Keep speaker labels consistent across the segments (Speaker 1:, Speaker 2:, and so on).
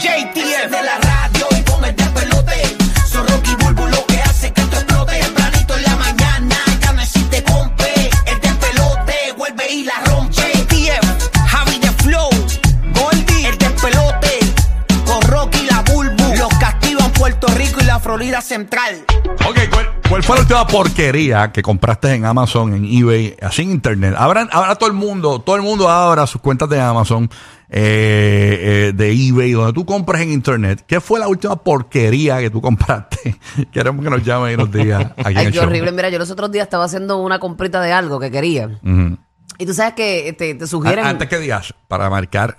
Speaker 1: JTF de la radio y con el despelote. Son Rocky Bulbo lo que hace que esto explote. Tempranito en la mañana, ya no existe compe. El despelote vuelve y la rompe. JTF, Javi de Flow, Goldie, el despelote. Con Rocky y la Bulbo, los castigan Puerto Rico y la Florida Central.
Speaker 2: Ok, ¿cuál, cuál fue la última porquería que compraste en Amazon, en eBay, así en internet? Ahora, ahora todo el mundo, todo el mundo abra sus cuentas de Amazon, eh, eh, de eBay, donde tú compras en internet. ¿Qué fue la última porquería que tú compraste? Queremos que nos llame y nos diga aquí en
Speaker 3: Ay,
Speaker 2: el
Speaker 3: qué
Speaker 2: show.
Speaker 3: horrible. Mira, yo los otros días estaba haciendo una comprita de algo que quería. Y tú sabes que este, te, te
Speaker 2: A-
Speaker 3: sugieren.
Speaker 2: Antes que digas, para marcar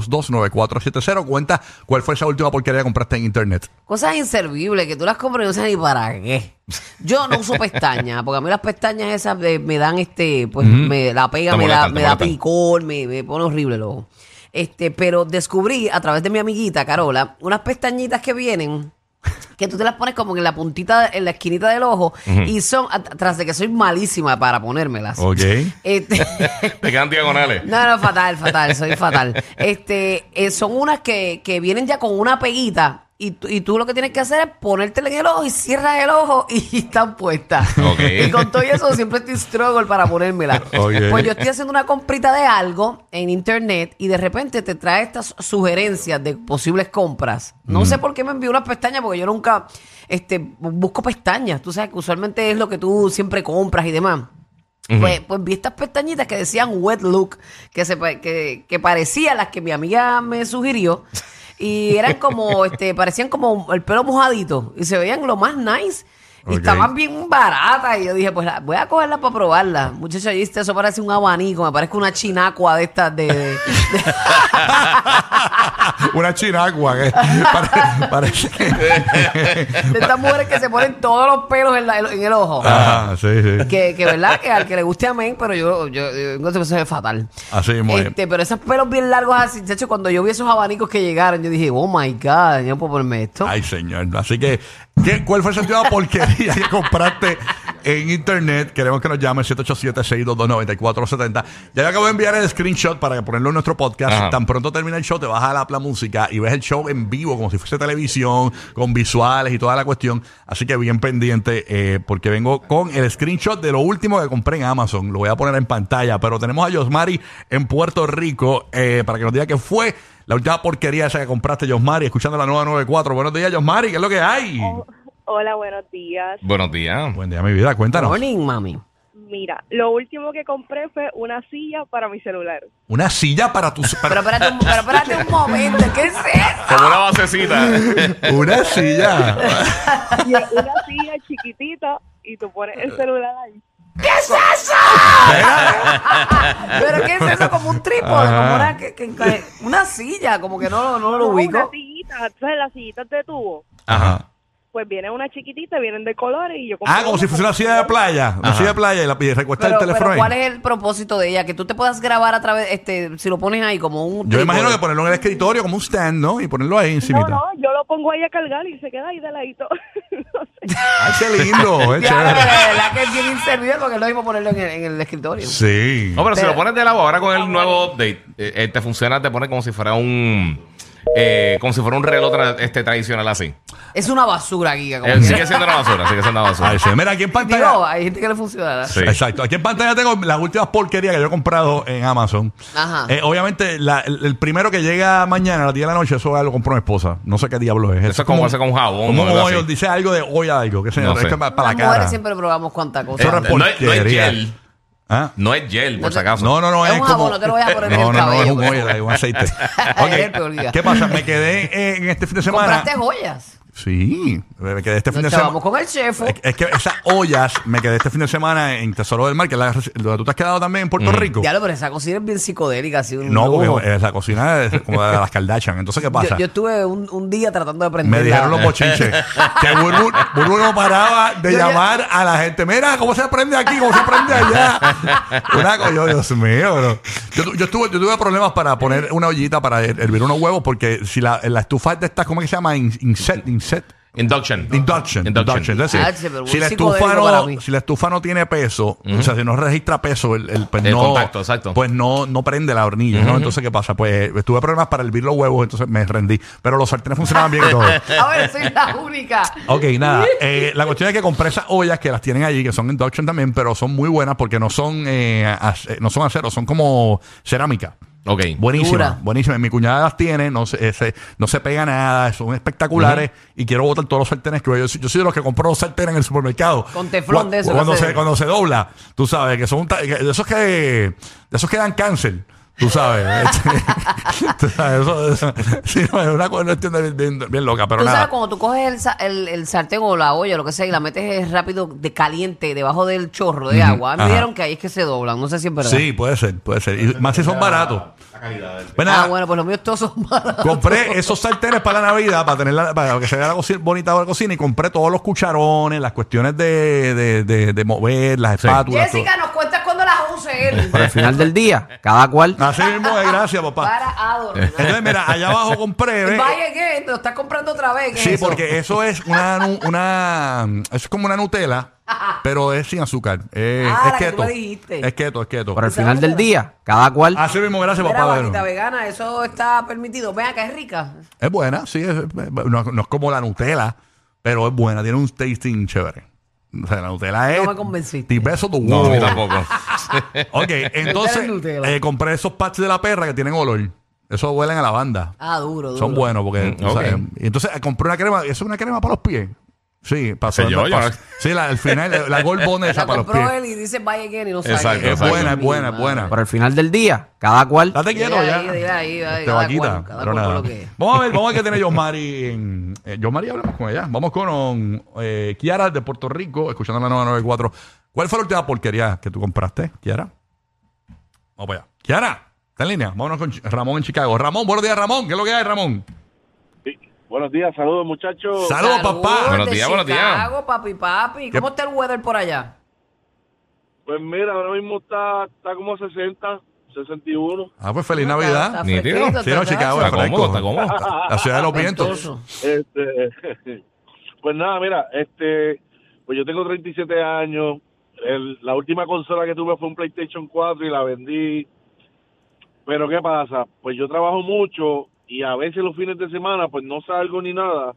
Speaker 2: 787-622-9470, cuenta cuál fue esa última porquería que compraste en internet.
Speaker 3: Cosas inservibles que tú las compras y no sabes ni para qué. Yo no uso pestañas, porque a mí las pestañas esas eh, me dan este, pues me, la pega,
Speaker 4: Te
Speaker 3: me, da,
Speaker 4: molestan, te
Speaker 3: me da
Speaker 4: molestan.
Speaker 3: picor, me, me pone horrible el ojo. Este, pero descubrí a través de mi amiguita Carola unas pestañitas que vienen que tú te las pones como en la puntita, en la esquinita del ojo y son, a- tras de que soy malísima para ponérmelas. Este,
Speaker 4: Te quedan diagonales.
Speaker 3: No, no, fatal, fatal, soy fatal. Este, eh, son unas que, que vienen ya con una peguita y, tú- y tú lo que tienes que hacer es ponértela en el ojo y cierras el ojo y están puestas.
Speaker 4: Ok.
Speaker 3: Y con todo eso siempre estoy struggle para ponérmela.
Speaker 2: Ok.
Speaker 3: Pues yo estoy haciendo una comprita de algo en internet y de repente te trae estas sugerencias de posibles compras. No sé por qué me envió unas pestañas porque yo nunca este, busco pestañas. Tú sabes que usualmente es lo que tú siempre compras y demás. Pues, pues vi estas pestañitas que decían wet look, que, se, pa- que, que parecían las que mi amiga me sugirió. Y eran como, este, parecían como el pelo mojadito. Y se veían lo más nice. Y
Speaker 2: Ok.
Speaker 3: estaban bien baratas. Y yo dije, pues la- voy a cogerla para probarla. Muchacho, ¿viste? Eso parece un abanico. Me parece una chinacua de estas de... de- de-
Speaker 2: Una chinagua que pare- parece que...
Speaker 3: de estas mujeres que se ponen todos los pelos en, la- en el ojo.
Speaker 2: Ah, sí, sí.
Speaker 3: Que, que verdad que al que le guste amén, pero yo, yo, yo encuentro que eso es fatal.
Speaker 2: Así mismo es.
Speaker 3: Este, pero esos pelos bien largos así, de hecho, cuando yo vi esos abanicos que llegaron, yo dije, oh my God, yo no puedo ponerme esto.
Speaker 2: Ay, señor. Así que, ¿qué- ¿cuál fue el sentido de la porquería que compraste en internet? Queremos que nos llame 787-622-9470. Ya le acabo de enviar el screenshot para ponerlo en nuestro podcast.
Speaker 4: Ajá.
Speaker 2: Tan pronto termina el show, te vas a la Apla Música y ves el show en vivo, como si fuese televisión, con visuales y toda la cuestión. Así que bien pendiente, eh, porque vengo con el screenshot de lo último que compré en Amazon. Lo voy a poner en pantalla, pero tenemos a Josmari en Puerto Rico eh, para que nos diga qué fue la última porquería esa que compraste, Josmari, escuchando la nueva 94. Buenos días, Josmari, ¿qué es lo que hay?
Speaker 5: Oh, hola, buenos días.
Speaker 4: Buenos días.
Speaker 2: Buen día, mi vida, cuéntanos.
Speaker 3: Morning, mami.
Speaker 5: Mira, lo último que compré fue una silla para mi celular.
Speaker 2: Una silla para tus...
Speaker 3: Pero
Speaker 2: para-
Speaker 3: espérate, un, pero espérate un momento, ¿qué es eso?
Speaker 4: Como una basecita.
Speaker 2: una silla.
Speaker 5: Y es una silla chiquitita y tú pones el celular ahí.
Speaker 3: ¿Pero qué es eso? Como un trípode, como una, que- que- una silla, como que no, no lo
Speaker 5: No, Una
Speaker 3: ubico.
Speaker 5: sillita, ¿sabes? Las sillitas de tubo.
Speaker 2: Ajá.
Speaker 5: Pues viene una chiquitita, vienen de colores y yo compré
Speaker 2: Ah, como si fuese una silla de playa. Una silla de playa y, la, y recuesta
Speaker 3: Pero,
Speaker 2: el teléfono
Speaker 3: pero
Speaker 2: ahí.
Speaker 3: ¿cuál es el propósito de ella? Que tú te puedas grabar a través, este, si lo pones ahí como un
Speaker 2: Yo me imagino
Speaker 3: trípode.
Speaker 2: que ponerlo en el escritorio como un stand, ¿no? Y ponerlo ahí
Speaker 5: No,
Speaker 2: encimita.
Speaker 5: no, yo lo pongo ahí a cargar y se queda ahí de ladito. No sé.
Speaker 2: Ay, qué lindo, eh,
Speaker 3: Diablo,
Speaker 2: chévere.
Speaker 3: pero de verdad que es bien inservible porque es lo mismo ponerlo en el, en el escritorio.
Speaker 2: Sí.
Speaker 4: No, pero si
Speaker 3: Pero-
Speaker 4: lo pones de lado ahora con
Speaker 2: Ah,
Speaker 4: el nuevo update, eh, eh, te funciona, te pone como si fuera un. eh, como si fuera un reloj tra- este, tradicional así.
Speaker 3: Es una basura, Giga. como
Speaker 4: Eh,
Speaker 3: que-
Speaker 4: sigue siendo una basura, sigue siendo una basura.
Speaker 2: Ay, sí. Mira, aquí en pantalla.
Speaker 3: Digo, hay gente que le funcionará.
Speaker 4: Sí. Eh,
Speaker 2: Exacto. Aquí en pantalla tengo las últimas porquerías que yo he comprado en Amazon.
Speaker 3: Ajá.
Speaker 2: Eh, obviamente, la- el, el primero que llega mañana a las 10 de la noche, eso lo compró mi esposa. No sé qué diablo es.
Speaker 4: Eso es como hacer con jabón,
Speaker 2: Como
Speaker 4: o algo
Speaker 2: hoyo,
Speaker 4: así.
Speaker 2: dice algo de olla, algo. Que se
Speaker 4: No sé.
Speaker 2: esto es para, para
Speaker 3: Las
Speaker 2: la cara.
Speaker 3: mujeres siempre probamos cuánta cosa.
Speaker 4: Eh,
Speaker 2: Eso
Speaker 4: no,
Speaker 2: es
Speaker 4: es, no es
Speaker 2: porquería.
Speaker 4: gel.
Speaker 2: ¿Ah.
Speaker 4: No es gel, por
Speaker 3: No
Speaker 4: si
Speaker 3: te-
Speaker 4: acaso.
Speaker 2: No, no, no.
Speaker 3: Es
Speaker 2: Es,
Speaker 3: un
Speaker 2: como...
Speaker 3: jabón, no te lo vayas a poner en
Speaker 2: no,
Speaker 3: el
Speaker 2: no, no, es
Speaker 3: cabello.
Speaker 2: un oil, es un aceite.
Speaker 3: Es el peor
Speaker 2: Ok,
Speaker 3: día.
Speaker 2: ¿Qué pasa? Me quedé eh, en este fin de semana.
Speaker 3: Compraste joyas.
Speaker 2: Sí, me quedé este fin de
Speaker 3: Nos
Speaker 2: semana.
Speaker 3: chavamos con el chef.
Speaker 2: Es, es que esas ollas me quedé este fin de semana en Tesoro del Mar, que es la, donde tú te has quedado también en Puerto
Speaker 4: Mm.
Speaker 2: Rico.
Speaker 3: Diablo, pero esa cocina es bien psicodélica. Así, un
Speaker 2: No,
Speaker 3: lujo.
Speaker 2: porque eh, la cocina es como de las Kardashian. Entonces, ¿qué
Speaker 3: yo,
Speaker 2: pasa?
Speaker 3: yo estuve un, un día tratando de aprender.
Speaker 2: me dijeron los bochinches que Burbu, Burbu no paraba de
Speaker 3: Yo- yo-
Speaker 2: llamar a la gente. Mira, ¿cómo se aprende aquí? ¿Cómo se aprende allá? Una co- yo, Dios mío, bro. Yo, tu- yo, estuve- yo tuve problemas para poner una ollita para her- hervir unos huevos porque si la, la estufa es de estas, ¿cómo es que se llama? In- Inset, inset.
Speaker 4: Induction.
Speaker 2: Induction. Induction.
Speaker 4: Induction.
Speaker 2: Es decir,
Speaker 3: Ah, sí, pero
Speaker 2: si, la
Speaker 3: un psicodélico
Speaker 2: estufa
Speaker 3: para mí.
Speaker 2: no, si la estufa no tiene peso, o sea, si no registra peso, el, el- pues
Speaker 4: El
Speaker 2: no,
Speaker 4: contacto, exacto.
Speaker 2: pues no, no prende la hornilla, ¿no? Entonces, ¿qué pasa? Pues tuve problemas para hervir los huevos, entonces me rendí. Pero los sartenes funcionaban bien y todo.
Speaker 3: A ver, soy la única.
Speaker 2: Ok, nada. Eh, la cuestión es que compré esas ollas que las tienen allí, que son induction también, pero son muy buenas porque no son, eh, ace- no son acero, son como cerámica.
Speaker 4: Ok.
Speaker 2: Buenísima,
Speaker 3: Dura.
Speaker 2: buenísima. Mi cuñada las tiene, no se, eh, se- no se pega nada, son espectaculares y quiero botar todos los sartenes que veo. Yo, soy- yo soy de los que compro los sartenes en el supermercado.
Speaker 3: Con teflón
Speaker 2: Cu-
Speaker 3: de eso,
Speaker 2: Cuando
Speaker 3: no sé.
Speaker 2: se, cuando se dobla, tú sabes, que son un ta- que- de esos que, de esos que dan cáncer. Tú sabes, Este, Tú sabes, eso, eso- sí, no, es una cuestión de- bien, bien loca, pero
Speaker 3: Tú
Speaker 2: nada.
Speaker 3: sabes, cuando tú coges el, sa- el, el sartén o la olla, lo que sea, y la metes eh, rápido de caliente debajo del chorro de agua, me
Speaker 2: ajá.
Speaker 3: vieron que ahí es que se doblan. No sé si es verdad.
Speaker 2: Sí, puede ser, puede ser. Y más si son baratos. Bueno,
Speaker 3: Ah,
Speaker 2: nada,
Speaker 3: bueno, pues los míos todos son baratos.
Speaker 2: compré esos sartenes para la Navidad, para tener la- para que se vea la cocina, bonita la cocina, y compré todos los cucharones, las cuestiones de, de, de- de mover, las espátulas. todo.
Speaker 3: Jessica, nos cuentas cuando las use él.
Speaker 6: Pero al final del día, cada cual.
Speaker 2: Así mismo, es, gracias, papá.
Speaker 3: Para adornar.
Speaker 2: Entonces, mira, allá abajo compré. ¿ves?
Speaker 3: Vaya, ¿qué? Te lo estás comprando otra vez. ¿qué es
Speaker 2: eh. Sí,
Speaker 3: eso?
Speaker 2: porque eso es una, nu- una eso es como una Nutella, pero es sin azúcar. Eh,
Speaker 3: Ah,
Speaker 2: es
Speaker 3: la que tú
Speaker 2: keto.
Speaker 3: me dijiste.
Speaker 2: Es keto, es keto.
Speaker 6: Pero al final del día, cada cual.
Speaker 2: Así mismo, gracias,
Speaker 3: Mira,
Speaker 2: papá.
Speaker 3: vaquita
Speaker 2: bueno.
Speaker 3: vegana, eso está permitido. Ven acá, es rica.
Speaker 2: Es buena, sí, es- es- no, no es como la Nutella, pero es buena, tiene un tasting chévere. O sea, la Nutella es.
Speaker 3: me convenciste.
Speaker 2: The best of the
Speaker 4: No, a mí
Speaker 2: world.
Speaker 4: tampoco.
Speaker 2: ok, entonces
Speaker 3: Nutella.
Speaker 2: eh, compré esos patches de la perra que tienen olor. Esos huelen a lavanda.
Speaker 3: Ah, duro, duro.
Speaker 2: Son buenos porque.
Speaker 4: Mm,
Speaker 2: o sea,
Speaker 4: ok.
Speaker 2: y entonces eh, compré una crema. Eso es una crema para los pies. Sí, para
Speaker 4: Se
Speaker 2: sudarme-
Speaker 4: yo,
Speaker 2: para-
Speaker 4: yo.
Speaker 2: Sí, la, al final, la, la Gold
Speaker 3: La
Speaker 2: esa para los
Speaker 3: compró
Speaker 2: pies.
Speaker 3: él y dice vaya again y no sabe.
Speaker 4: Exacto,
Speaker 2: Es buena, es buena, es buena.
Speaker 6: Pero al final del día, cada cual.
Speaker 2: Date
Speaker 3: Dile
Speaker 2: quieto ya.
Speaker 3: ahí, dile ahí, dile ahí,
Speaker 2: Te
Speaker 3: cada
Speaker 2: va a quitar,
Speaker 3: cual, cada
Speaker 2: pero
Speaker 3: cual con
Speaker 2: nada.
Speaker 3: lo que es.
Speaker 2: Vamos a ver, vamos a ver qué tiene Yosmari. en- eh, Yosmari, hablamos con ella. Vamos con eh, Kiara de Puerto Rico, escuchando la 994. ¿Cuál fue la última porquería que tú compraste, Kiara? Vamos para allá. Kiara, está en línea. Vámonos con Chi- Ramón en Chicago. Ramón, buenos días, Ramón. ¿Qué es lo que hay, Ramón?
Speaker 7: Sí. Buenos días, saludos muchachos.
Speaker 2: Saludos, papá.
Speaker 4: Buenos
Speaker 3: de
Speaker 4: días, buenos días.
Speaker 3: Chicago, papi, papi. ¿Cómo
Speaker 2: ¿Qué-
Speaker 3: está el weather por allá?
Speaker 7: Pues mira, ahora mismo está, está como 60, 61.
Speaker 2: Ah, pues feliz
Speaker 3: Está-
Speaker 2: Navidad.
Speaker 3: está
Speaker 4: Nítido.
Speaker 3: fresquito,
Speaker 4: Sí,
Speaker 2: Sí,
Speaker 3: está-
Speaker 2: no, Chicago,
Speaker 4: Está
Speaker 2: correcto.
Speaker 4: cómodo, está cómodo.
Speaker 2: La- La ciudad de los vientos.
Speaker 3: ventoso.
Speaker 7: Este, pues nada, mira, este, pues yo tengo 37 años. El- la última consola que tuve fue un PlayStation 4 y la vendí. Pero ¿qué pasa? Pues yo trabajo mucho y a veces los fines de semana pues no salgo ni nada.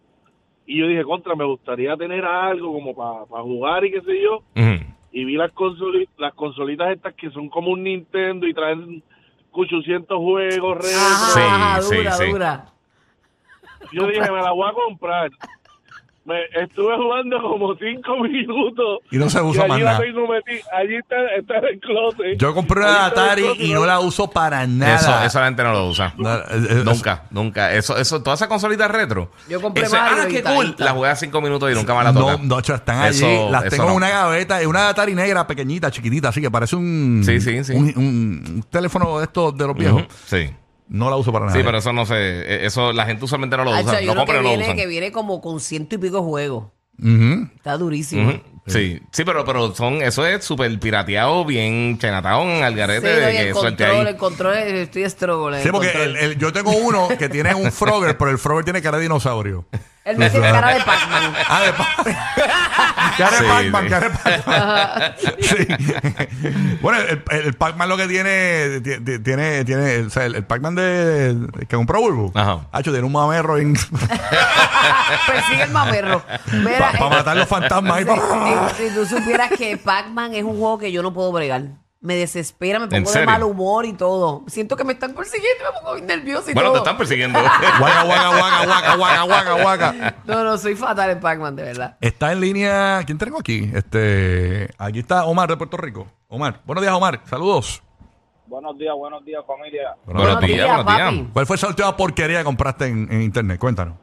Speaker 7: Y yo dije, contra, me gustaría tener algo como para jugar y qué sé yo.
Speaker 4: Ujú.
Speaker 7: y vi las, consoli- las consolitas estas que son como un Nintendo y traen 800 juegos retro.
Speaker 4: Sí,
Speaker 3: Ajá,
Speaker 4: sí,
Speaker 3: dura,
Speaker 4: sí.
Speaker 3: dura.
Speaker 7: Yo dije, me la voy a comprar. Me estuve jugando como 5 minutos.
Speaker 2: Y no se usa
Speaker 7: y allí
Speaker 2: más
Speaker 7: la
Speaker 2: nada.
Speaker 7: tengo metí- Allí está, está en el closet.
Speaker 2: Yo compré
Speaker 7: Ahí
Speaker 2: una
Speaker 7: está en el
Speaker 2: Atari
Speaker 7: closet,
Speaker 2: y no la uso para
Speaker 4: Eso,
Speaker 2: nada.
Speaker 4: eso la gente no lo usa.
Speaker 2: No, eh, eh,
Speaker 4: Nunca, nunca. Eso, eso, toda esa consolita retro.
Speaker 3: Yo compré
Speaker 4: Eso es,
Speaker 3: Mario
Speaker 4: ah,
Speaker 3: y
Speaker 4: qué
Speaker 3: tal,
Speaker 4: cool.
Speaker 3: tal.
Speaker 4: La jugué a cinco minutos y nunca más la
Speaker 2: No,
Speaker 4: toca.
Speaker 2: no, hecho, están allí.
Speaker 4: Eso-
Speaker 2: las
Speaker 4: eso
Speaker 2: tengo en
Speaker 4: no.
Speaker 2: una gaveta, en una Atari negra pequeñita, chiquitita, así que parece un,
Speaker 4: Sí, sí, sí.
Speaker 2: un, un- un teléfono de estos de los viejos.
Speaker 4: Ujú, Sí.
Speaker 2: No la uso para nada.
Speaker 4: Sí, pero eso no se. eh, Eso la gente usualmente no lo
Speaker 3: Ah,
Speaker 4: usa.
Speaker 3: chacho, yo
Speaker 4: No
Speaker 3: creo
Speaker 4: compra,
Speaker 3: que
Speaker 4: no lo
Speaker 3: viene,
Speaker 4: usan.
Speaker 3: que viene como con ciento y pico juegos.
Speaker 2: Ujú.
Speaker 3: Está durísimo.
Speaker 4: Ujú, Sí, sí, pero, pero son, eso es súper pirateado, bien Chinatown, al
Speaker 3: Sí,
Speaker 4: garete
Speaker 3: no,
Speaker 4: de
Speaker 3: y el
Speaker 4: que suelte
Speaker 3: control, el
Speaker 4: ahí.
Speaker 3: control, eh, estoy estrogo.
Speaker 2: Sí, porque
Speaker 3: control.
Speaker 2: el- el- yo tengo uno que tiene un Frogger, pero el Frogger tiene cara de dinosaurio.
Speaker 3: Él me tiene cara de Pac-Man.
Speaker 2: Ah, de Pac-Man. cara de
Speaker 4: Sí,
Speaker 2: Pac-Man,
Speaker 4: sí.
Speaker 2: cara de Pac-Man. Sí. Bueno, el, el- el Pac-Man lo que tiene, ti- ti- tiene, tiene, o sea, el, el Pac-Man de, que compró Bulbo.
Speaker 4: Ajá.
Speaker 2: Hacho, tiene un mamerro para
Speaker 3: Persigue el mamerro. Mira, eh,
Speaker 2: matar los fantasmas. ahí, pa-
Speaker 3: si, si tú supieras que Pac-Man es un juego que yo no puedo bregar. Me desespera, me pongo de
Speaker 4: serio?
Speaker 3: mal humor y todo. Siento que me están persiguiendo, y me pongo bien nervioso y
Speaker 4: Bueno, te
Speaker 3: todo.
Speaker 4: están persiguiendo.
Speaker 2: Guaca, guaca, guaca, guaca, guaca, guaca, guaca.
Speaker 3: No, no, soy fatal en Pac-Man, de verdad.
Speaker 2: Está en línea. ¿Quién tengo aquí? Este, aquí está Omar de Puerto Rico. Omar, buenos días, Omar. Saludos.
Speaker 8: Buenos días, buenos días familia.
Speaker 4: Buenos días, buenos días.
Speaker 3: papi.
Speaker 2: ¿Cuál fue esa última porquería que compraste en, en internet? Cuéntanos.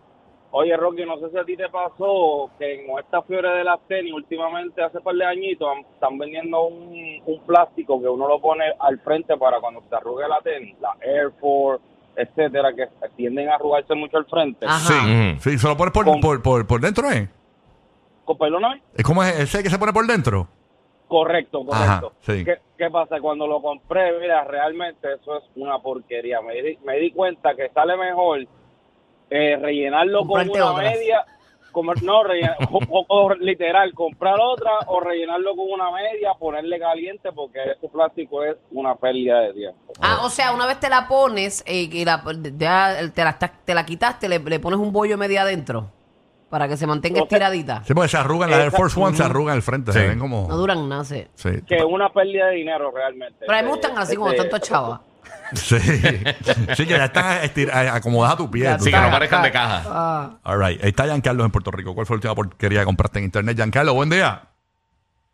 Speaker 8: Oye, Rocky, no sé si a ti te pasó que con esta fiebre de las tenis, últimamente hace par de añitos, han- están vendiendo un, un plástico que uno lo pone al frente para cuando se arrugue la tenis, la Air Force, etcétera, que tienden a arrugarse mucho al frente.
Speaker 2: Ah.
Speaker 3: Ajá.
Speaker 4: Mm.
Speaker 2: Sí, se lo pones por,
Speaker 8: Con-
Speaker 2: por, por, por dentro, ¿eh?
Speaker 8: Co- Perdóname.
Speaker 2: Es como ese que se pone por dentro.
Speaker 8: Correcto, correcto.
Speaker 2: Ajá, sí.
Speaker 8: ¿Qué, qué pasa? Cuando lo compré, mira, realmente eso es una porquería. Me di, me di cuenta que sale mejor eh, rellenarlo
Speaker 3: Comprarte
Speaker 8: con una
Speaker 3: otras.
Speaker 8: media. como- no, rellen- o, o- o literal, comprar otra o rellenarlo con una media, ponerle caliente, porque ese plástico es una pérdida de
Speaker 2: Oh.
Speaker 8: tiempo.
Speaker 3: Ah, o sea, una vez te la pones eh, y la, ya te la, estás- te la quitaste, le, le pones un bollo media adentro para que se mantenga
Speaker 8: O sea,
Speaker 3: estiradita.
Speaker 2: Sí, porque se arrugan, la Air
Speaker 8: Esa-
Speaker 2: Force One se arrugan al frente. Se
Speaker 4: Sí.
Speaker 2: ven como.
Speaker 3: No duran nada, sí.
Speaker 2: Sí.
Speaker 8: Que es una pérdida de dinero realmente.
Speaker 3: Pero a mí me
Speaker 8: Este,
Speaker 3: gustan así
Speaker 8: este-
Speaker 3: como tanto chava.
Speaker 2: Sí. sí, que ya están estir- a- acomodadas a tu pie. tú
Speaker 4: Sí, que
Speaker 2: sabes.
Speaker 4: no parezcan de caja.
Speaker 3: Ah.
Speaker 2: All right. Ahí está Giancarlo en Puerto Rico. ¿Cuál fue la última porquería que compraste en internet? Giancarlo, buen día.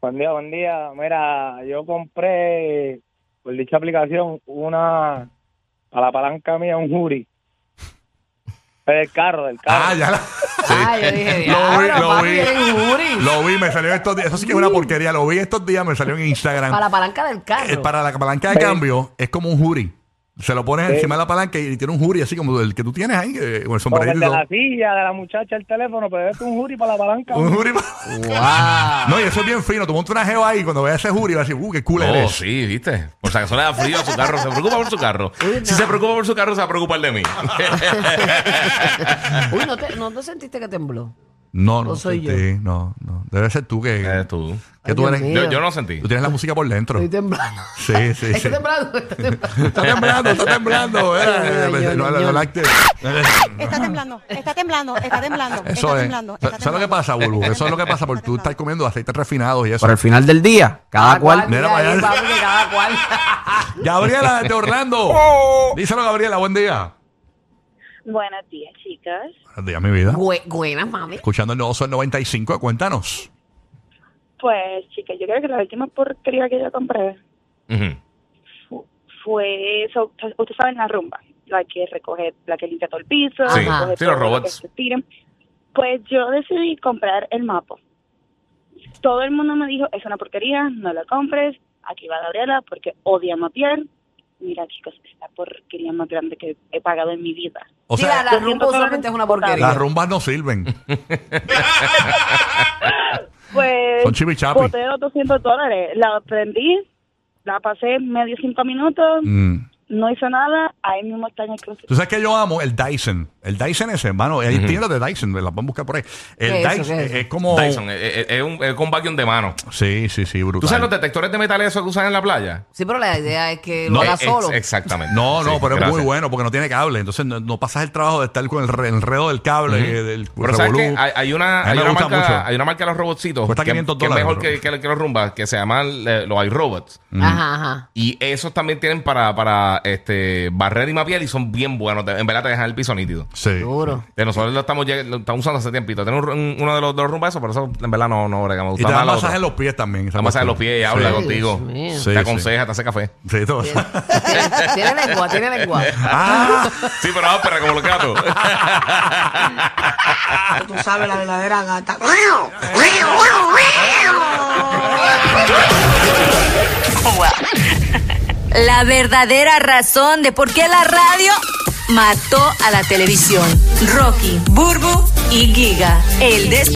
Speaker 9: Buen día, buen día. Mira, yo compré por dicha aplicación una a la palanca mía un jury. Del carro, del
Speaker 2: Ah,
Speaker 9: carro.
Speaker 2: ya la-
Speaker 3: Ah, yo dije,
Speaker 2: Lo vi,
Speaker 3: "Diablo,
Speaker 2: lo
Speaker 3: papi,
Speaker 2: vi.
Speaker 3: eres Yuri".
Speaker 2: Lo vi, me salió estos días. Eso sí que es una porquería. Lo vi estos días, me salió en Instagram.
Speaker 3: Para la palanca del
Speaker 2: Eh,
Speaker 3: carro.
Speaker 2: para la palanca de
Speaker 9: Sí.
Speaker 2: cambio es como un jury. Se lo pones encima de la palanca y tiene un jury así como el que tú tienes ahí, eh, con el
Speaker 9: Como el
Speaker 2: sombrerito. y
Speaker 9: de
Speaker 2: todo.
Speaker 9: la silla, de la muchacha, el teléfono, pero es un jury para la palanca.
Speaker 2: Un jury. No, y eso es bien fino. Tú montas una jeva ahí y cuando veas ese jury vas a decir, uh, qué cool
Speaker 4: Oh,
Speaker 2: eres.
Speaker 4: sí, viste. Por si acaso le da frío a su carro, se preocupa por su carro. Si se preocupa por su carro, se va a preocupar de mí.
Speaker 3: Uy, ¿no te, ¿no te sentiste que tembló?
Speaker 2: No, no,
Speaker 3: ¿O soy
Speaker 2: sí,
Speaker 3: yo?
Speaker 2: sí, no, no. Debe ser tú que,
Speaker 4: Eres tú.
Speaker 2: que
Speaker 3: Ay,
Speaker 2: tú
Speaker 3: Dios
Speaker 2: eres.
Speaker 3: mío.
Speaker 4: Eh, Yo, yo no sentí.
Speaker 2: Tú tienes la música por dentro.
Speaker 3: Estoy temblando.
Speaker 2: Sí, sí, sí.
Speaker 3: Estoy temblando. estoy temblando.
Speaker 2: Está temblando, está temblando. eh,
Speaker 3: Ay,
Speaker 2: eh,
Speaker 3: ay,
Speaker 2: eh,
Speaker 3: ay,
Speaker 2: no,
Speaker 3: ay,
Speaker 2: no,
Speaker 3: ay.
Speaker 2: no, acte-
Speaker 10: Está temblando, está temblando, está temblando.
Speaker 2: Eso
Speaker 10: está
Speaker 2: es.
Speaker 10: temblando,
Speaker 2: Eso
Speaker 10: está
Speaker 2: eso es lo que
Speaker 10: temblando.
Speaker 2: pasa, Bulbu.
Speaker 10: Está
Speaker 2: Eso es lo que
Speaker 10: temblando,
Speaker 2: pasa porque tú
Speaker 10: está
Speaker 2: estás comiendo aceites refinados y eso.
Speaker 6: Por el final del día, cada cual.
Speaker 2: Mira,
Speaker 3: Mira,
Speaker 2: vaya.
Speaker 3: ahí, papi, que cada cual.
Speaker 2: Gabriela de Orlando. Díselo, Gabriela. Buen día.
Speaker 10: Buenos días, chicas.
Speaker 2: Buenos días, mi vida.
Speaker 3: Bue- Buena, mami.
Speaker 2: Escuchando el nuevo Sol 95, cuéntanos.
Speaker 10: Pues, chicas, yo creo que la última porquería que yo compré
Speaker 4: Ujú.
Speaker 10: fu- fue, eso, ustedes saben, la rumba, la que recoge, la que limpia todo el piso,
Speaker 4: Sí,
Speaker 10: recoge
Speaker 4: sí, los
Speaker 10: todo lo
Speaker 4: robots.
Speaker 10: que se tira. Pues yo decidí comprar el mapa. Todo el mundo me dijo, es una porquería, no la compres, aquí va Gabriela porque odia mapear. Mira, chicos, es la porquería más grande que he pagado en mi vida.
Speaker 2: O
Speaker 3: sí,
Speaker 2: sea,
Speaker 3: la, la rumba usualmente es una porquería.
Speaker 2: las rumbas no sirven.
Speaker 10: Pues
Speaker 2: Son chimichapis.
Speaker 10: boté los 200 dólares. La prendí, la pasé medio cinco minutos,
Speaker 2: Mm.
Speaker 10: no hizo nada, ahí mismo está en el closet.
Speaker 2: Tú sabes que yo amo el Dyson. El Dyson ese, hermano. Hay tiendas de Dyson, las van a buscar por ahí. El
Speaker 3: ¿Qué es eso?
Speaker 2: Dyson
Speaker 3: ¿Qué es
Speaker 2: es,
Speaker 3: eso?
Speaker 2: como.
Speaker 4: Dyson, eh, eh, es, un, es con vacuum de mano.
Speaker 2: Sí, sí, sí, brutal.
Speaker 4: ¿Tú sabes los detectores de metal esos que usan en la playa?
Speaker 3: Sí, pero la idea es que lo
Speaker 4: No,
Speaker 3: haga
Speaker 4: ex-
Speaker 3: solo.
Speaker 4: exactamente.
Speaker 2: No, no,
Speaker 4: Sí,
Speaker 2: pero es
Speaker 4: gracias.
Speaker 2: muy bueno porque no tiene cable. Entonces no, no pasas el trabajo de estar con el re- enredo del cable. eh, del
Speaker 4: Pero ¿sabes
Speaker 2: revolú.
Speaker 4: qué? Hay, hay
Speaker 2: A
Speaker 4: una,
Speaker 2: mí
Speaker 4: hay,
Speaker 2: me
Speaker 4: una
Speaker 2: gusta
Speaker 4: marca,
Speaker 2: mucho.
Speaker 4: hay una marca de los robotcitos
Speaker 2: Cuesta
Speaker 4: que,
Speaker 2: 500
Speaker 4: que es
Speaker 2: dólares,
Speaker 4: mejor
Speaker 2: bro.
Speaker 4: que, que, que los rumbas, que se llaman eh, los iRobots.
Speaker 2: Mm.
Speaker 3: Ajá, ajá.
Speaker 4: Y esos también tienen para, para este, barrer y mapear y son bien buenos. Te- En verdad te dejan el piso nítido.
Speaker 2: Sí.
Speaker 3: Seguro.
Speaker 4: De nosotros lo estamos, ya- lo estamos usando hace tiempito. Tenemos un- un- uno de los, de los rumbas esos, pero eso en verdad no, no bregamos.
Speaker 2: Y te
Speaker 4: Usa
Speaker 2: dan
Speaker 4: más Pues la
Speaker 2: masaje en
Speaker 4: otra.
Speaker 2: los pies también.
Speaker 4: Te da masaje en los pies, habla
Speaker 2: Sí.
Speaker 4: contigo.
Speaker 3: Dios mío.
Speaker 2: Sí,
Speaker 4: te
Speaker 2: sí.
Speaker 4: aconseja, te hace café.
Speaker 2: Sí, todo.
Speaker 3: Tiene, tiene lengua, tiene lengua.
Speaker 2: ah,
Speaker 4: Sí, pero ah, pero como los gatos.
Speaker 1: Tú sabes la verdadera gata.
Speaker 10: La verdadera razón de por qué la radio mató a la televisión. Rocky, Burbu y Giga. El des